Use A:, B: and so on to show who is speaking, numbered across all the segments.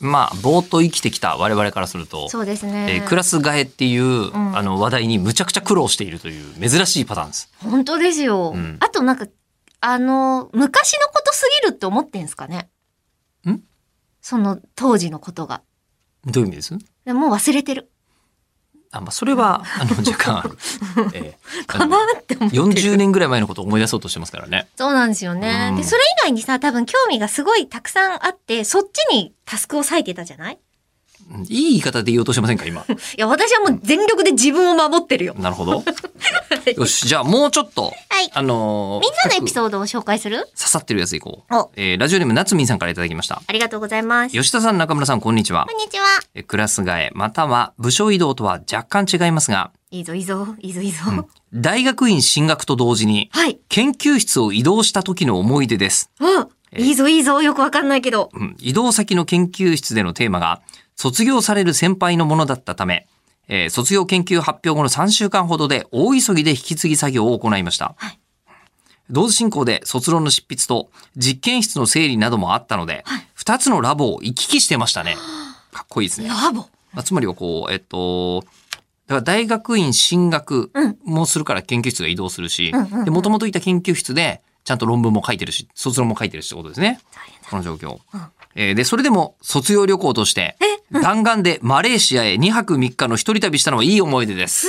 A: まあ、ぼーっと生きてきた我々からすると、
B: そうです
A: え
B: ね。
A: ークラス替えっていう、
B: ん
A: あの話題にむちゃくちゃ苦労しているという珍しいパターンです。
B: 本当ですよ。
A: うん
B: あとなんか、あの、昔のことすぎるって思ってんすかね。
A: ん
B: その当時のことが。
A: どういう意味です
B: でもう忘れてる。
A: あ、まあ、それ は、あの、若干ある。えー
B: かなって思ってる。
A: 40年ぐらい前のことを思い出そうとしてますからね。
B: そうなんですよね。
A: うん
B: で、それ以外にさ、多分興味がすごいたくさんあって、そっちにタスクを割いてたじゃない
A: うんいい言い方で言おうとしてませんか、今。
B: いや、私はもう全力で自分を守ってるよ。
A: なるほど。よし、じゃあもうちょっと、
B: はい。
A: あのー
B: みんなのエピ
A: 深く
B: ソードを紹介する
A: 刺さってるやついこう
B: お。
A: えーラジオネームなつみんさんからいただきました。
B: ありがとうございます。
A: 吉田さん、中村さん、こんにちは
B: こ。んにちは。
A: えークラス替え、または部署移動とは若干違いますが、
B: いいぞ、いいぞ、いいぞ、いいぞ。
A: うん大学院進学と同時に、
B: はい。
A: 研究室を移動した時の思い出です。
B: うん。
A: え
B: いいぞ、いいぞ、よくわかんないけど。
A: うん移動先の研究室でのテーマが、卒業される先輩のものだったため、えー卒業研究発表後の3週間ほどで大急ぎで引き継ぎ作業を行いました。
B: はい
A: 同時進行で卒論の執筆と実験室の整理などもあったので、2つのラボを行き来してましたね。かっこいいですね。
B: ラボ。
A: まあ、つまりはこう、えっと、だから大学院進学
B: うん
A: もするから研究室が移動するし
B: うんうんう、ん
A: で、もともといた研究室で、ちゃんと論文も書いてるし、卒論も書いてるしってことですね。
B: 大変だ
A: この状況。
B: うん
A: えーで、それでも卒業旅行として、弾丸でマレーシアへ2泊3日の一人旅したのはいい思い出です。
B: す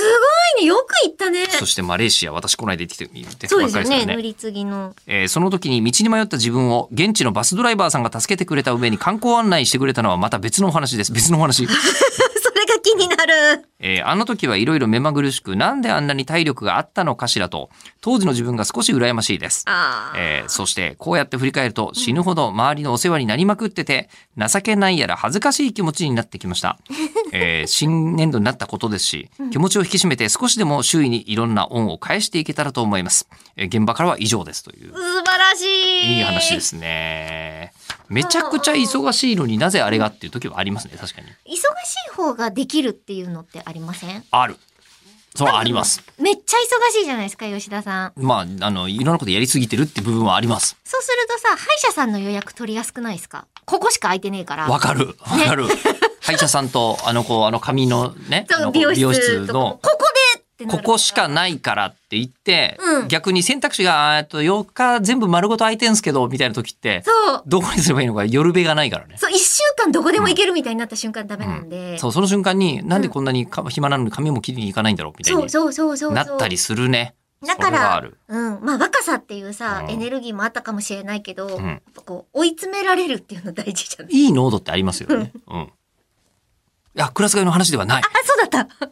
B: ごいね、よく言ったね。
A: そしてマレーシア、私この間行ってきて、行ってきた
B: そう
A: ば
B: で
A: っか
B: す
A: り
B: よ
A: ですからね
B: ね、塗。り継ぎの。
A: えーその時に道に迷った自分を現地のバスドライバーさんが助けてくれた上に観光案内してくれたのはまた別のお話です。別のお話。
B: それが気になる。
A: えーあの時はいろいろ目まぐるしく、なんであんなに体力があったのかしらと、当時の自分が少し羨ましいです。
B: ああ。
A: えーそして、こうやって振り返ると死ぬほど周りのお世話になりまくってて、情けないやら恥ずかしい気持ちになってきました。えー新年度になったことですし、気持ちを引き締めて少しでも周囲にいろんな恩を返していけたらと思います。えー現場からは以上ですという。
B: 素晴らしい。
A: いい話で。すね。めちゃくちゃ忙しいのになぜあれがっていう時はありますね、確かに。
B: 忙しい方ができるっていうのってありません
A: ある。そう、あります。
B: めっちゃ忙しいじゃないですか、吉田さん。
A: まあ、あの、いろんなことやりすぎてるって部分はあります。
B: そうするとさ、歯医者さんの予約取りやすくないですかここしか空いてねえから。
A: わかる。わか る。歯医者さんと、あの、こう、あの、髪のね、あ
B: そう
A: の
B: 美容
A: 美容
B: 室
A: 室
B: とか
A: の
B: も、ここでってなる
A: ここしかないからって言って、
B: うん
A: 逆に選択肢が、えっと、4日全部丸ごと空いてんすけど、みたいな時って、
B: そう
A: どこにすればいいのか、夜べがないからね。
B: そう一週間どこでも行けるみたいになった瞬間ダメなんで、
A: そう、その瞬間に、なんでこんなにか暇なのに髪も切りに行かないんだろう、みたい
B: そ
A: に
B: うそうそうそう
A: なったりするね。
B: だ
A: そ
B: か
A: れはあ
B: ら
A: る。
B: うんまあ若さっていうさ、
A: うん
B: エネルギーもあったかもしれないけど、
A: うん
B: やっぱこう追い詰められるっていうの大事じゃない
A: いい濃度ってありますよね。うん。いや、クラス替えの話ではない
B: あ。そうだった